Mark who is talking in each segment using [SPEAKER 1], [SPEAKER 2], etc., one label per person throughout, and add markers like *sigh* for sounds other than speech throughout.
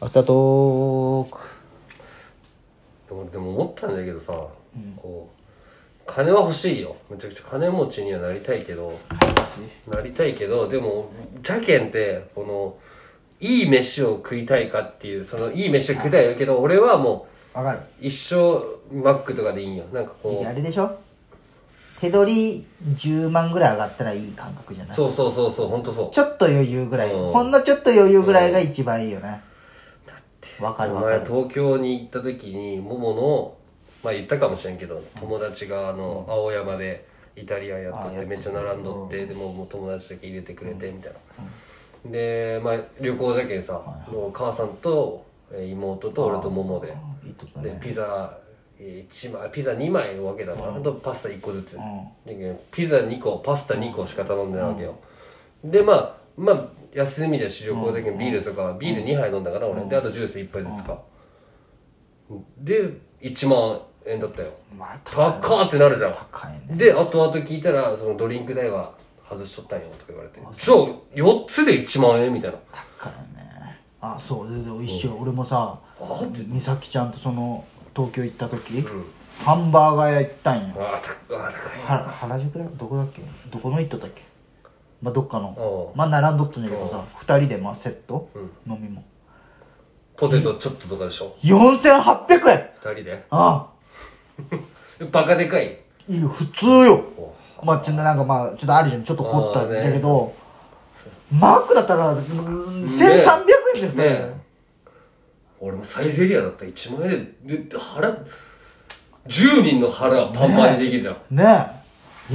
[SPEAKER 1] アフタートーク
[SPEAKER 2] 俺でも思ったんだけどさ、こう金は欲しいよめちゃくちゃ金持ちにはなりたいけどなりたいけどでもじゃけんってこのいい飯を食いたいかっていうそのいい飯を食いたいけど俺はも
[SPEAKER 3] わかる
[SPEAKER 2] う一生マックとかでいいんよなんかこ
[SPEAKER 3] あ
[SPEAKER 2] う
[SPEAKER 3] れでしょ手取り10万ぐらい上がったらいい感覚じゃない
[SPEAKER 2] そうそうそうそう本当そう
[SPEAKER 3] ちょっと余裕ぐらい
[SPEAKER 2] うん
[SPEAKER 3] ほんのちょっと余裕ぐらいが一番いいよねわかる
[SPEAKER 2] お
[SPEAKER 3] わか
[SPEAKER 2] 前
[SPEAKER 3] る
[SPEAKER 2] 東京に行った時にもものまあ言ったかもしれんけど友達があの青山でイタリアンやっと
[SPEAKER 3] あや
[SPEAKER 2] っ
[SPEAKER 3] ってて
[SPEAKER 2] めっちゃ並んどってでももう友達だけ入れてくれてみたいなでまあ旅行じゃけんさもう母さんとえー妹と俺とももで
[SPEAKER 3] いいとこだ
[SPEAKER 2] で
[SPEAKER 3] ね
[SPEAKER 2] ピザ1枚ピザ2枚分けたからあとパスタ1個ずつでピザ2個パスタ2個しか頼んでないわけよでまあまあ休みじゃし旅行だけどビールとかビール2杯飲んだから俺であとジュース1杯ずつかで1万円だったよ
[SPEAKER 3] まあ
[SPEAKER 2] 高ーってなるじゃん
[SPEAKER 3] 高いね
[SPEAKER 2] で後々聞いたらそのドリンク代は外しとったんよとか言われてじゃあ4つで1万円みたいな
[SPEAKER 3] 高いねあそうでで一緒俺もさ美咲ちゃんとその東京行った時、ハンバーガー屋行ったんよ
[SPEAKER 2] あーたあー高い
[SPEAKER 3] は原宿だどこだっけどこの行っただっけまあどっかの
[SPEAKER 2] うん
[SPEAKER 3] まあ並んどったんだけどさ2人でまあセット、飲みも
[SPEAKER 2] ポテトちょっととかでしょ
[SPEAKER 3] 4800円
[SPEAKER 2] 2人で
[SPEAKER 3] あ
[SPEAKER 2] バカでかい
[SPEAKER 3] あいいよ普通よまあちょっとなんかまあちょっとあるじゃんちょっと凝ったんだけど、マックだったら、うーん、1300円ですね
[SPEAKER 2] ねえ俺もサイゼリアだったら1万円でで腹10人の腹はパンパンにできるじゃん、
[SPEAKER 3] ねえ4800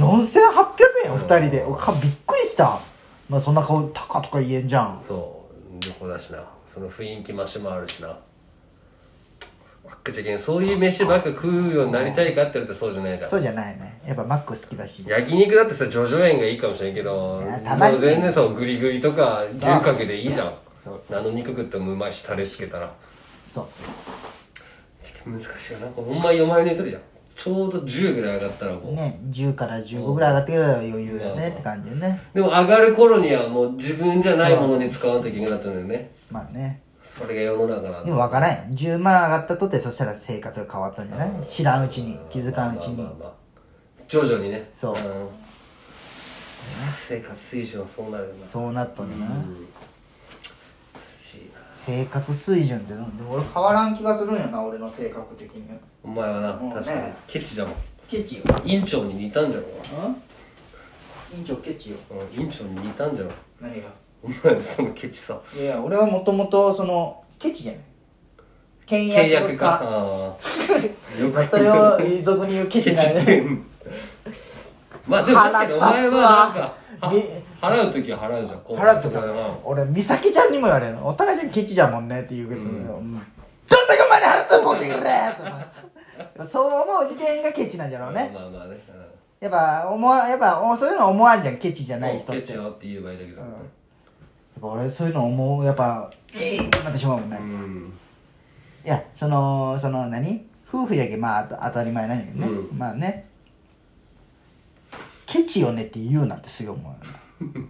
[SPEAKER 3] 円よ2人でおかびっくりしたまあそんな顔高とか言えんじゃん
[SPEAKER 2] そう旅行だしなその雰囲気マシもあるしなバックじゃけんそういう飯ばっか食うようになりたいかって言われたらそうじゃないじゃん
[SPEAKER 3] そうじゃないねやっぱマック好きだし
[SPEAKER 2] 焼肉だってさ叙々苑がいいかもしれんけど
[SPEAKER 3] いやたまに
[SPEAKER 2] もう全然そうグリグリとか牛角でいいじゃん
[SPEAKER 3] そうそ
[SPEAKER 2] あの肉食ってもうまいしタレつけたら
[SPEAKER 3] そう
[SPEAKER 2] 難しいよなほんま4万円でとるじゃんちょうど10ぐらい上がったらもう
[SPEAKER 3] ね10から15ぐらい上がってくれば余裕よねって感じよね
[SPEAKER 2] でも上がる頃にはもう自分じゃないものに使わなきゃいけなかったんだよね。
[SPEAKER 3] まあね
[SPEAKER 2] それが世の中なん
[SPEAKER 3] で
[SPEAKER 2] だ。
[SPEAKER 3] も分からんよ10万上がったとってそしたら生活が変わったんじゃない知らんうちに気づかんうちに
[SPEAKER 2] まあまあ徐々にね。
[SPEAKER 3] そうん
[SPEAKER 2] 生活水準はそうなるよな。
[SPEAKER 3] そうなったんだな
[SPEAKER 2] 難しいな
[SPEAKER 3] 生活水準ってなんでも俺変わらん気がするんよな俺の性格的に
[SPEAKER 2] お前はな、
[SPEAKER 3] うん
[SPEAKER 2] 確かに
[SPEAKER 3] ね
[SPEAKER 2] ケチだもん。
[SPEAKER 3] ケチよ
[SPEAKER 2] 院長に似たんじゃろ
[SPEAKER 3] うん院長ケチよ
[SPEAKER 2] うな。うん、院長に似たんじゃろう。
[SPEAKER 3] 何が
[SPEAKER 2] お前のそのケチさ。
[SPEAKER 3] いやいや俺はもともとそのケチじゃない倹約
[SPEAKER 2] 契
[SPEAKER 3] 家
[SPEAKER 2] 約か。ああ。よ
[SPEAKER 3] まあそれを俗に言うケチ
[SPEAKER 2] ケ
[SPEAKER 3] な
[SPEAKER 2] チ
[SPEAKER 3] ん
[SPEAKER 2] っ
[SPEAKER 3] で
[SPEAKER 2] て。まあでも確かにお前はなんか、
[SPEAKER 3] 腹立つわ
[SPEAKER 2] は払うときは払うじゃん。こう
[SPEAKER 3] 払ってた
[SPEAKER 2] うん
[SPEAKER 3] 俺美咲ちゃんにも言われるのお互いちゃんケチじゃもんねって言うけど、うんどんだけお前に払ったらボケくれってそう思う時点がケチなんじゃろうね
[SPEAKER 2] まあまあね。うん
[SPEAKER 3] やっぱ思わやっぱおそういうの思わんじゃんケチじゃない人って
[SPEAKER 2] ケチ
[SPEAKER 3] やっ
[SPEAKER 2] だって言えばいいだけだもんね
[SPEAKER 3] ぱ俺そういうの思うやっぱえーってなってしまうもんね、い
[SPEAKER 2] うん
[SPEAKER 3] やそのその何夫婦じゃけまああと当たり前なんやけどね、
[SPEAKER 2] う
[SPEAKER 3] まあねケチよねって言うなんてすごい思うよね
[SPEAKER 2] *laughs*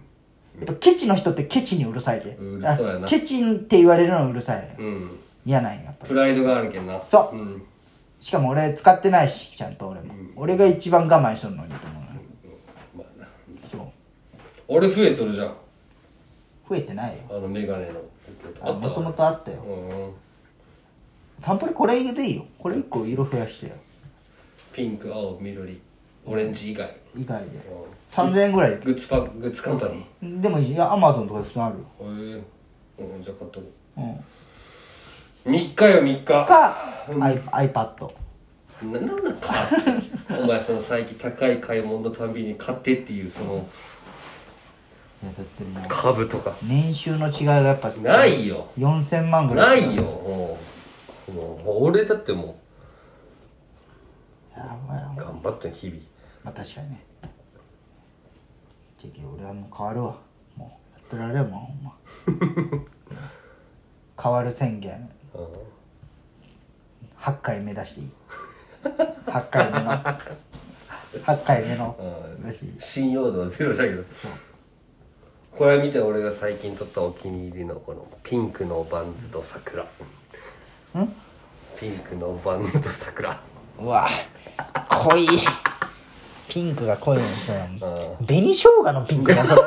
[SPEAKER 3] やっぱケチの人ってケチにうるさいで
[SPEAKER 2] うるさいな
[SPEAKER 3] あケチって言われるのうるさい
[SPEAKER 2] うん
[SPEAKER 3] 嫌なんよやっぱ
[SPEAKER 2] プライドがあるけんな
[SPEAKER 3] そう
[SPEAKER 2] うん
[SPEAKER 3] しかも俺使ってないしちゃんと俺も、俺が一番我慢しとるのにと思うのよ
[SPEAKER 2] まあな
[SPEAKER 3] そう
[SPEAKER 2] 俺増えとるじゃん
[SPEAKER 3] 増えてないよ
[SPEAKER 2] あのメガネの
[SPEAKER 3] あもともとあったよ
[SPEAKER 2] うん
[SPEAKER 3] タンポリこれでいいよこれ一個色増やしてよ
[SPEAKER 2] ピンク青緑オレンジ以外
[SPEAKER 3] 以外で
[SPEAKER 2] うん
[SPEAKER 3] 3000円ぐらい
[SPEAKER 2] グッズパグッズカンパニ
[SPEAKER 3] でもいいやアマゾンとかで普通あるよ
[SPEAKER 2] ーへえうんじゃあ買っとる
[SPEAKER 3] うん
[SPEAKER 2] 3日よ3日
[SPEAKER 3] か、アイ iPad
[SPEAKER 2] ななんなんか *laughs* お前その最近高い買い物のたんびに買ってっていうそ
[SPEAKER 3] い
[SPEAKER 2] の
[SPEAKER 3] やだってもう
[SPEAKER 2] 株とか
[SPEAKER 3] 年収の違いがやっぱ
[SPEAKER 2] ないよ
[SPEAKER 3] 4000万ぐら
[SPEAKER 2] ないいよもうもう俺だっても
[SPEAKER 3] やばいよ
[SPEAKER 2] う頑張ってん日々
[SPEAKER 3] まあ確かにねじゃけ俺はもう変わるわもうやってられるもんほん
[SPEAKER 2] *laughs*
[SPEAKER 3] ま変わる宣言
[SPEAKER 2] うん
[SPEAKER 3] 8回目出していい8回目の8回目の
[SPEAKER 2] うん
[SPEAKER 3] だし
[SPEAKER 2] 信用度はゼロじゃけどここれ見て俺が最近撮ったお気に入りのこのピンクのバンズと桜ピンクのバンズと桜
[SPEAKER 3] うわ濃いピンクが濃いんですね紅生姜のピンクだそれ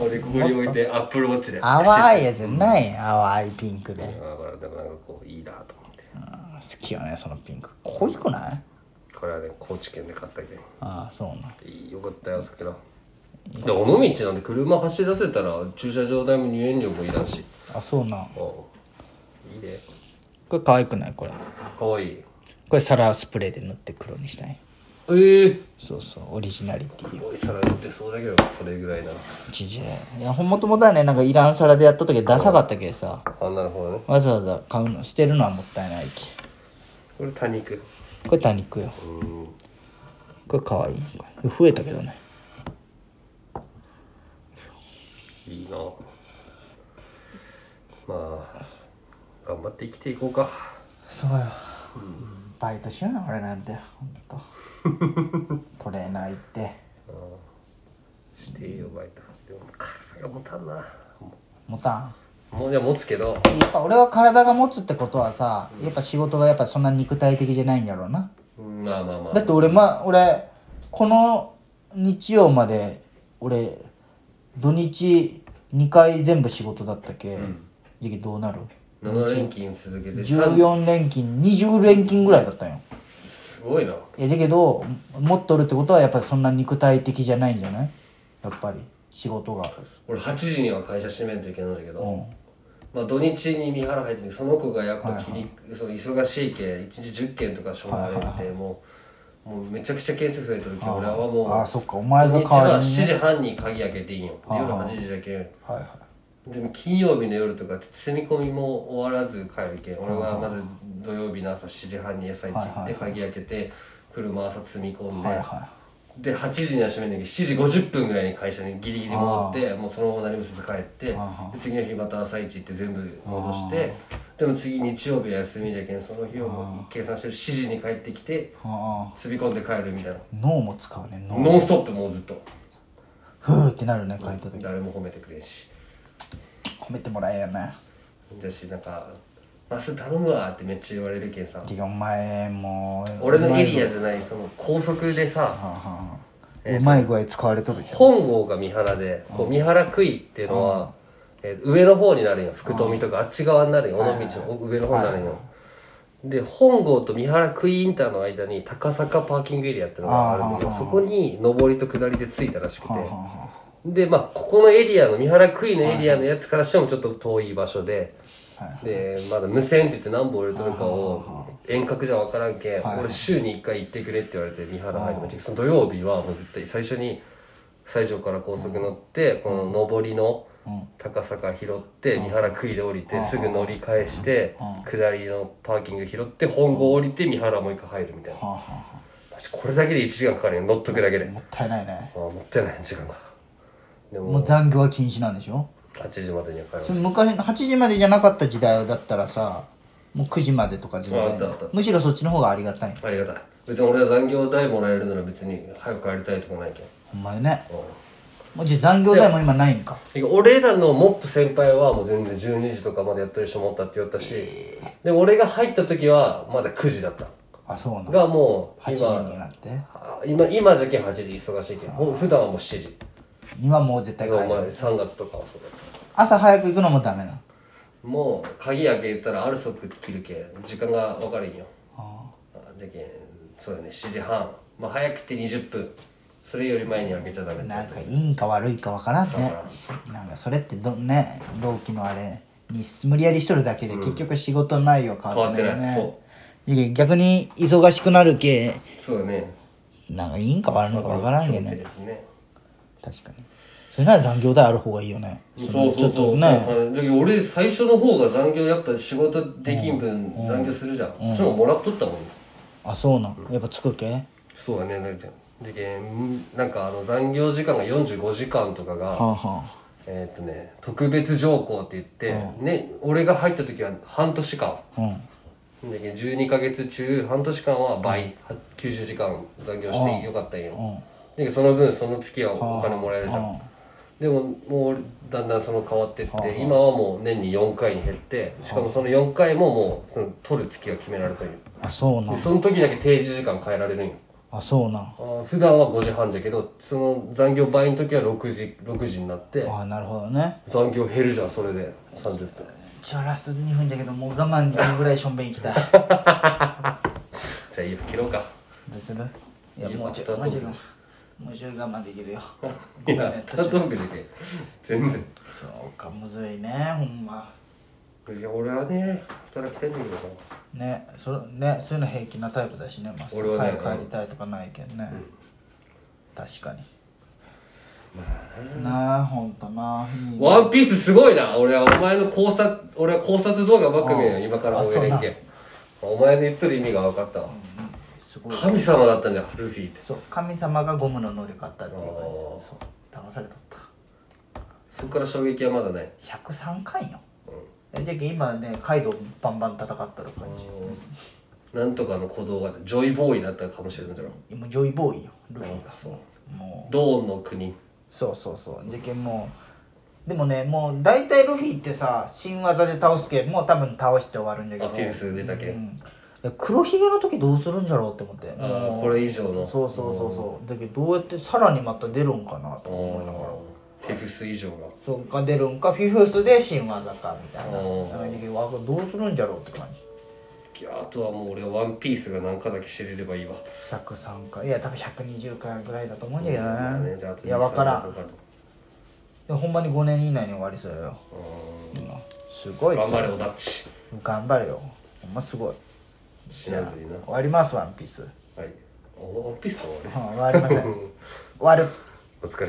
[SPEAKER 2] 俺ここに置いてアップルウォッチで
[SPEAKER 3] 淡いやつじゃない淡いピンクで
[SPEAKER 2] あーこれでもなんかこういいなと思って
[SPEAKER 3] 好きよねそのピンク濃いくない
[SPEAKER 2] これはね高知県で買ったけど
[SPEAKER 3] ああそうなん
[SPEAKER 2] いいよかったよ桜で尾道なんて車走らせたら駐車場代も入園料もいらんし
[SPEAKER 3] あそうなん
[SPEAKER 2] うんいいね
[SPEAKER 3] これ可愛くないこれ
[SPEAKER 2] かわいい
[SPEAKER 3] これ皿をスプレーで塗って黒にしたい
[SPEAKER 2] ええ
[SPEAKER 3] そうそうオリジナリティ
[SPEAKER 2] すごい皿売ってそうだけどそれぐらいな
[SPEAKER 3] ちじいやほんもともとはねなんかいらん皿でやった時はダサかったけどさ
[SPEAKER 2] あなるほどね
[SPEAKER 3] わざわざ買うの捨てるのはもったいないき
[SPEAKER 2] これ多肉
[SPEAKER 3] これ多肉よ
[SPEAKER 2] うん
[SPEAKER 3] これ可愛い増えたけどね
[SPEAKER 2] いいなまあ頑張って生きていこうか
[SPEAKER 3] そうよ、バイトしような俺なんてほん *laughs* とトレーナー行って
[SPEAKER 2] してよバイトでも体が持たんなも
[SPEAKER 3] 持たん
[SPEAKER 2] うもうじゃあ持つけど
[SPEAKER 3] やっぱ俺は体が持つってことはさやっぱ仕事がやっぱそんな肉体的じゃないんだろうな
[SPEAKER 2] うんまあまあま
[SPEAKER 3] だって俺ま俺この日曜まで俺土日2回全部仕事だったけ、じゃけどうなる
[SPEAKER 2] あ7連勤続けて3
[SPEAKER 3] 14連勤20連勤ぐらいだったんよ
[SPEAKER 2] すごいない
[SPEAKER 3] やだけど持っとるってことはやっぱりそんな肉体的じゃないんじゃないやっぱり仕事が
[SPEAKER 2] 俺8時には会社閉めんといけないんだけど、
[SPEAKER 3] うん
[SPEAKER 2] まあ、土日に三原入ってその子がやっぱ切り、その忙しいけ1日10件とか商売やって、もうもうめちゃくちゃ件数増えてるけど俺はもう
[SPEAKER 3] あーそっかお前が
[SPEAKER 2] 土日
[SPEAKER 3] 代わ
[SPEAKER 2] は
[SPEAKER 3] りにね
[SPEAKER 2] 7時半に鍵開けていいんよで夜8時だけ
[SPEAKER 3] はいはい
[SPEAKER 2] でも金曜日の夜とか包み込みも終わらず帰るけん俺はまず土曜日の朝7時半に朝市行って鍵開けて車朝積み込んで、
[SPEAKER 3] はいは
[SPEAKER 2] で8時には閉めるんだけど7時50分ぐらいに会社にギリギリ戻ってもうそのまま何もせず帰ってで次の日また朝一行って全部戻してでも次日曜日は休みじゃけんその日をもう計算してる7時に帰ってきて
[SPEAKER 3] あ
[SPEAKER 2] 積み込んで帰るみたいな
[SPEAKER 3] あ脳も使うね脳
[SPEAKER 2] ノンストップもうずっと
[SPEAKER 3] ふーってなるね書いた時
[SPEAKER 2] 誰も褒めてくれんし
[SPEAKER 3] 褒めてもらえやな
[SPEAKER 2] だしなんか「マス頼むわ」ってめっちゃ言われるけんさ
[SPEAKER 3] てかお前もう
[SPEAKER 2] 俺のエリ
[SPEAKER 3] ア
[SPEAKER 2] アじゃないその高速でさ
[SPEAKER 3] うまい具合使われとるじゃん
[SPEAKER 2] 本郷が三原でこう三原区域っていうのは、えー上の方になるんよ福富とかあっち側になるよ尾道の上の方になるんよ、で本郷と三原区インターの間に高坂パーキングエリアってのがあるんだけどそこに上りと下りで着いたらしくてでまあここのエリアの三原区イのエリアのやつからしてもちょっと遠い場所で。でまだ無線って言って何本売れとるかを遠隔じゃ分からんけん俺週に1回行ってくれって言われて三原入りましたその土曜日はもう絶対最初に西条から高速乗ってこの上りの高坂拾って三原杭で降りてすぐ乗り返して下りのパーキング拾って本郷降りて三原もう一回入るみたいな
[SPEAKER 3] はあはあは
[SPEAKER 2] マジこれだけで1時間かかるよ乗っとくだけで
[SPEAKER 3] あもったいないね
[SPEAKER 2] ああ持ってない時間がで
[SPEAKER 3] も
[SPEAKER 2] も
[SPEAKER 3] う残業は禁止なんでしょ
[SPEAKER 2] 8時までには帰
[SPEAKER 3] そ
[SPEAKER 2] る
[SPEAKER 3] れ昔の8時までじゃなかった時代だったらさもう9時までとか全
[SPEAKER 2] ああっ
[SPEAKER 3] 然
[SPEAKER 2] たあった
[SPEAKER 3] むしろそっちの方がありがたい
[SPEAKER 2] ありがたい別に俺は残業代もらえるなら別に早く帰りたいとかないけん
[SPEAKER 3] ほんまよねもうじゃあ残業代も今ないんか
[SPEAKER 2] 俺らのもっと先輩はもう全然12時とかまでやってる人もおったって言ったし、で俺が入った時はまだ9時だった
[SPEAKER 3] あそうなん
[SPEAKER 2] がもう
[SPEAKER 3] 8時に
[SPEAKER 2] 今
[SPEAKER 3] なって
[SPEAKER 2] あ今今じゃけん8時忙しいけどもう普段はもう7時
[SPEAKER 3] 今もう絶対
[SPEAKER 2] お
[SPEAKER 3] 帰
[SPEAKER 2] 前
[SPEAKER 3] る
[SPEAKER 2] 3月とかはそうだった
[SPEAKER 3] 朝早く行くのもダメな
[SPEAKER 2] もう鍵開けたらアルソック切るけん時間が分かるんよ
[SPEAKER 3] あ
[SPEAKER 2] じゃけんそうだね7時半まあ早くて20分それより前に開けちゃダメって
[SPEAKER 3] なんかいいんか悪いかわからんねなんかそれってどね老期のあれに無理やりしとるだけで結局仕事内容変わってないよ
[SPEAKER 2] 変わってない
[SPEAKER 3] ね、いや逆に忙しくなるけ
[SPEAKER 2] そうだね
[SPEAKER 3] なんかいいんか悪いのかわからんけね
[SPEAKER 2] そうね
[SPEAKER 3] 確かにそれなら残業代ある方がいいよね
[SPEAKER 2] そう
[SPEAKER 3] ち
[SPEAKER 2] そ
[SPEAKER 3] ょ
[SPEAKER 2] う
[SPEAKER 3] っ
[SPEAKER 2] そ
[SPEAKER 3] と
[SPEAKER 2] う。
[SPEAKER 3] ね
[SPEAKER 2] そうだけど俺最初の方が残業やっぱ仕事できん分残業するじゃん。それももらっとったもん。
[SPEAKER 3] あそうなんやっぱつくけ
[SPEAKER 2] そうだね、なるじゃん。でけん、なんかあの残業時間が45時間とか
[SPEAKER 3] は
[SPEAKER 2] が、
[SPEAKER 3] あは
[SPEAKER 2] えーっとね、特別条項って言って、ね、俺が入った時は半年間。
[SPEAKER 3] あうん
[SPEAKER 2] だけど12ヶ月中半年間は倍、は90時間残業してよかったんよ、でその分その月はお金もらえるじゃ
[SPEAKER 3] うん
[SPEAKER 2] んでももうだんだんその変わってって今はもう年に4回に減ってしかもその4回ももうその取る月が決められてる
[SPEAKER 3] あそうな
[SPEAKER 2] で
[SPEAKER 3] ん
[SPEAKER 2] その時だけ定時時間変えられるんよ
[SPEAKER 3] あそうなん
[SPEAKER 2] あー普段は5時半じゃけどその残業倍の時は6時6時になって
[SPEAKER 3] あなるほどね
[SPEAKER 2] 残業減るじゃんそれで30分
[SPEAKER 3] じゃあラスト2分だけどもう我慢できるぐらいしょんべん行きたい
[SPEAKER 2] じゃあいいよ切ろうか
[SPEAKER 3] どうするいや
[SPEAKER 2] いいよ
[SPEAKER 3] もうちょい
[SPEAKER 2] アフ
[SPEAKER 3] もう
[SPEAKER 2] ター
[SPEAKER 3] ちょい
[SPEAKER 2] トーク
[SPEAKER 3] 我慢もうちょい我慢できるよ *laughs* ご
[SPEAKER 2] *laughs* い
[SPEAKER 3] めん
[SPEAKER 2] や
[SPEAKER 3] ね
[SPEAKER 2] タ
[SPEAKER 3] 途
[SPEAKER 2] ート
[SPEAKER 3] 中
[SPEAKER 2] ークじゃけ全然
[SPEAKER 3] そうかむずいねほんま
[SPEAKER 2] いや俺はね働きたいんだけどな
[SPEAKER 3] ねそれねそういうの平気なタイプだしね、まあ、
[SPEAKER 2] 俺はね
[SPEAKER 3] 早く帰りたいとかないけんね、確かになあほんとないいね
[SPEAKER 2] ワンピースすごいな俺はお前の考察俺は考察動画ばっか見るよ今から
[SPEAKER 3] あ
[SPEAKER 2] 俺連
[SPEAKER 3] そう
[SPEAKER 2] 携お前の言っとる意味が分かったわ
[SPEAKER 3] すごい
[SPEAKER 2] 神様だったんだよルフィって
[SPEAKER 3] そう神様がゴムの能力あったっていうから
[SPEAKER 2] あー
[SPEAKER 3] そう騙されとった
[SPEAKER 2] そっから衝撃はまだない
[SPEAKER 3] 103回よ、えじゃあ今ねカイドウバンバン戦っとる感じ
[SPEAKER 2] なんとかの鼓動がジョイボーイになったかもしれないだろ
[SPEAKER 3] 今ジョイボーイよルフィがもう
[SPEAKER 2] ドーンの国
[SPEAKER 3] そうそうそうじゃけんもうでもねもう大体ルフィってさ新技で倒すけんもう多分倒して終わるんだけ
[SPEAKER 2] ア
[SPEAKER 3] ど
[SPEAKER 2] ピールするだけ、
[SPEAKER 3] うんいや黒ひげの時どうするんじゃろうって思って
[SPEAKER 2] あーこれ以上の
[SPEAKER 3] そうそうそうそうだけどどうやってさらにまた出るんかなとか思いながら
[SPEAKER 2] フィフス以上が
[SPEAKER 3] そっか出るんかフィフスで新技かみたいな
[SPEAKER 2] うん
[SPEAKER 3] だからじゃけんわどうするんじゃろうって感じ
[SPEAKER 2] いやあとはもう俺はワンピースが何かだけ知れればいいわ
[SPEAKER 3] 103回いや多分120回ぐらいだと思うんだけど
[SPEAKER 2] まあ
[SPEAKER 3] ね
[SPEAKER 2] ねじゃああと
[SPEAKER 3] いや分から
[SPEAKER 2] 23
[SPEAKER 3] ん
[SPEAKER 2] 分か
[SPEAKER 3] でほんまに5年以内に終わりそうやよ今すごい
[SPEAKER 2] 頑張れおだっち
[SPEAKER 3] 頑張れよほんますごい
[SPEAKER 2] 死
[SPEAKER 3] じゃ
[SPEAKER 2] な
[SPEAKER 3] あ
[SPEAKER 2] ずにな
[SPEAKER 3] 終わりますワンピース、
[SPEAKER 2] はいおワンピースは終わり
[SPEAKER 3] うん終わりません終わる
[SPEAKER 2] お疲れ